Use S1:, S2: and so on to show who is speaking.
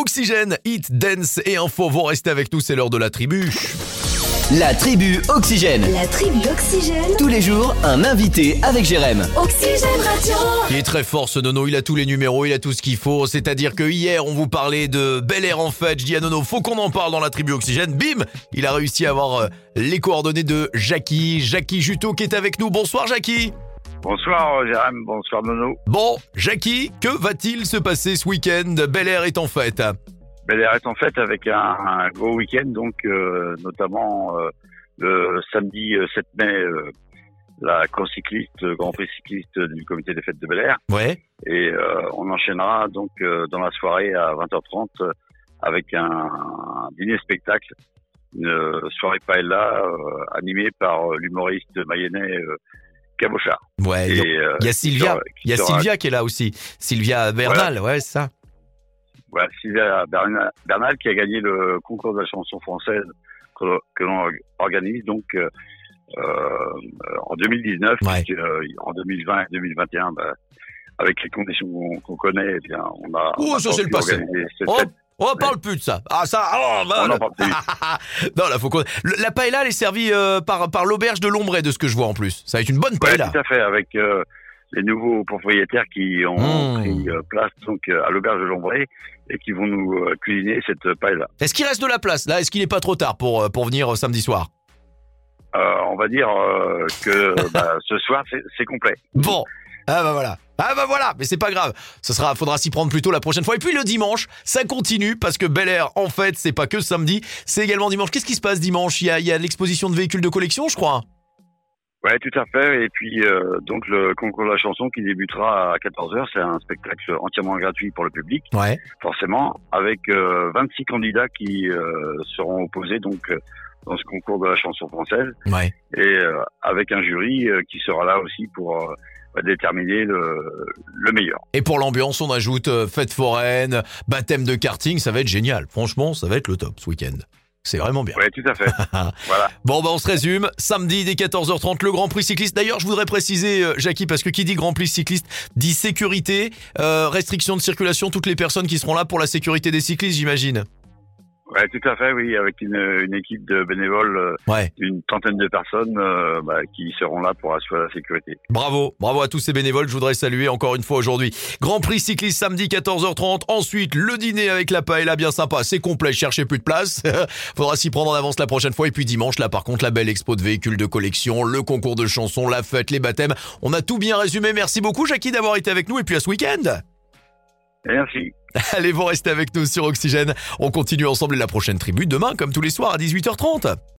S1: Oxygène, Hit, Dance et Info vont rester avec nous, c'est l'heure de la tribu.
S2: La tribu Oxygène.
S3: La tribu Oxygène,
S2: Tous les jours, un invité avec Jérém.
S3: Oxygène Radio.
S1: Il est très fort ce Nono, il a tous les numéros, il a tout ce qu'il faut. C'est-à-dire que hier, on vous parlait de Bel Air en fête. Je dis à Nono, faut qu'on en parle dans la tribu Oxygène. Bim Il a réussi à avoir euh, les coordonnées de Jackie, Jackie Juto qui est avec nous. Bonsoir Jackie
S4: Bonsoir euh, Jérém, bonsoir Nono.
S1: Bon, Jackie, que va-t-il se passer ce week-end Bel Air est en fête.
S4: Bel Air est en fête avec un, un gros week-end, donc euh, notamment euh, le samedi euh, 7 mai, euh, la course cycliste, le Grand Prix cycliste du comité des fêtes de Bel Air.
S1: Ouais.
S4: Et euh, on enchaînera donc euh, dans la soirée à 20h30 euh, avec un, dîner-spectacle, une euh, soirée paella euh, animée par euh, l'humoriste mayennais euh, Cabochard.
S1: Ouais, il y a-
S4: Et, euh,
S1: il y a Sylvia.
S4: sera-
S1: Il y a
S4: sera-
S1: Sylvia qui est là aussi. Sylvia Bernal, ouais, c'est ça.
S4: Voilà, Sylvia Bernal, Bernal qui a gagné le concours de la chanson française que, que l'on organise donc euh, euh, en 2019,
S1: Ouais.
S4: puisque, euh, en 2020 et 2021, bah, avec les conditions qu'on qu'on connaît, eh bien, on a.
S1: Oh,
S4: on a
S1: ça,
S4: pas
S1: c'est le
S4: pu
S1: passé.
S4: organiser cette
S1: Oh, on
S4: fête.
S1: parle plus de ça. Ah, ça, oh, bah,
S4: On
S1: le-
S4: en parle plus.
S1: non, là, faut qu'on. le- La paella, elle est servie euh, par, par l'auberge de l'Ombray, de ce que je vois en plus. Ça va être une bonne
S4: Ouais,
S1: paella.
S4: tout à fait, avec euh, les nouveaux propriétaires qui ont
S1: Mmh.
S4: pris euh, place donc euh, à l'auberge de Lombray et qui vont nous euh, cuisiner cette paille-là.
S1: Est-ce qu'il reste de la place là Est-ce qu'il n'est pas trop tard pour, euh, pour venir euh, samedi soir
S4: on va dire euh, que bah, ce soir, c'est- c'est complet.
S1: Bon. Ah bah voilà. Ah bah voilà, mais c'est pas grave. Ça sera, faudra s'y prendre plus tôt la prochaine fois. Et puis le dimanche, ça continue parce que Bel Air, en fait, c'est pas que samedi, c'est également dimanche. Qu'est-ce qui se passe dimanche Il y a, il y a l'exposition de véhicules de collection, je crois. hein?
S4: Ouais, tout à fait. Et puis euh, donc le concours de la chanson qui débutera à 14 h c'est un spectacle entièrement gratuit pour le public,
S1: Ouais.
S4: forcément, avec euh, 26 candidats qui euh, seront opposés donc euh, dans ce concours de la chanson française
S1: Ouais.
S4: et euh, avec un jury euh, qui sera là aussi pour euh, bah, déterminer le, le meilleur.
S1: Et pour l'ambiance, on ajoute euh, fête foraine, baptême de karting, ça va être génial. Franchement, ça va être le top ce week-end. C'est vraiment bien.
S4: Ouais, tout à fait. voilà.
S1: Bon, bah on se résume. Samedi dès 14h30, le Grand Prix cycliste. D'ailleurs, je voudrais préciser, euh, Jackie, parce que qui dit Grand Prix cycliste dit sécurité, euh, restriction de circulation, toutes les personnes qui seront là pour la sécurité des cyclistes, j'imagine.
S4: Ouais, tout à fait. Oui, avec une, une équipe de bénévoles euh,
S1: Ouais.
S4: d'une trentaine de personnes euh, bah, qui seront là pour assurer la sécurité.
S1: Bravo, bravo à tous ces bénévoles, je voudrais saluer encore une fois aujourd'hui. Grand Prix cycliste samedi 14h30, ensuite le dîner avec la paella bien sympa, c'est complet, cherchez plus de place. Faudra s'y prendre en avance la prochaine fois et puis dimanche là par contre la belle expo de véhicules de collection, le concours de chansons, la fête, les baptêmes. On a tout bien résumé. Merci beaucoup Jackie d'avoir été avec nous et puis à ce week-end.
S4: Et merci.
S1: Allez, vous restez avec nous sur Oxygène. On continue ensemble la prochaine tribu demain comme tous les soirs à 18h30.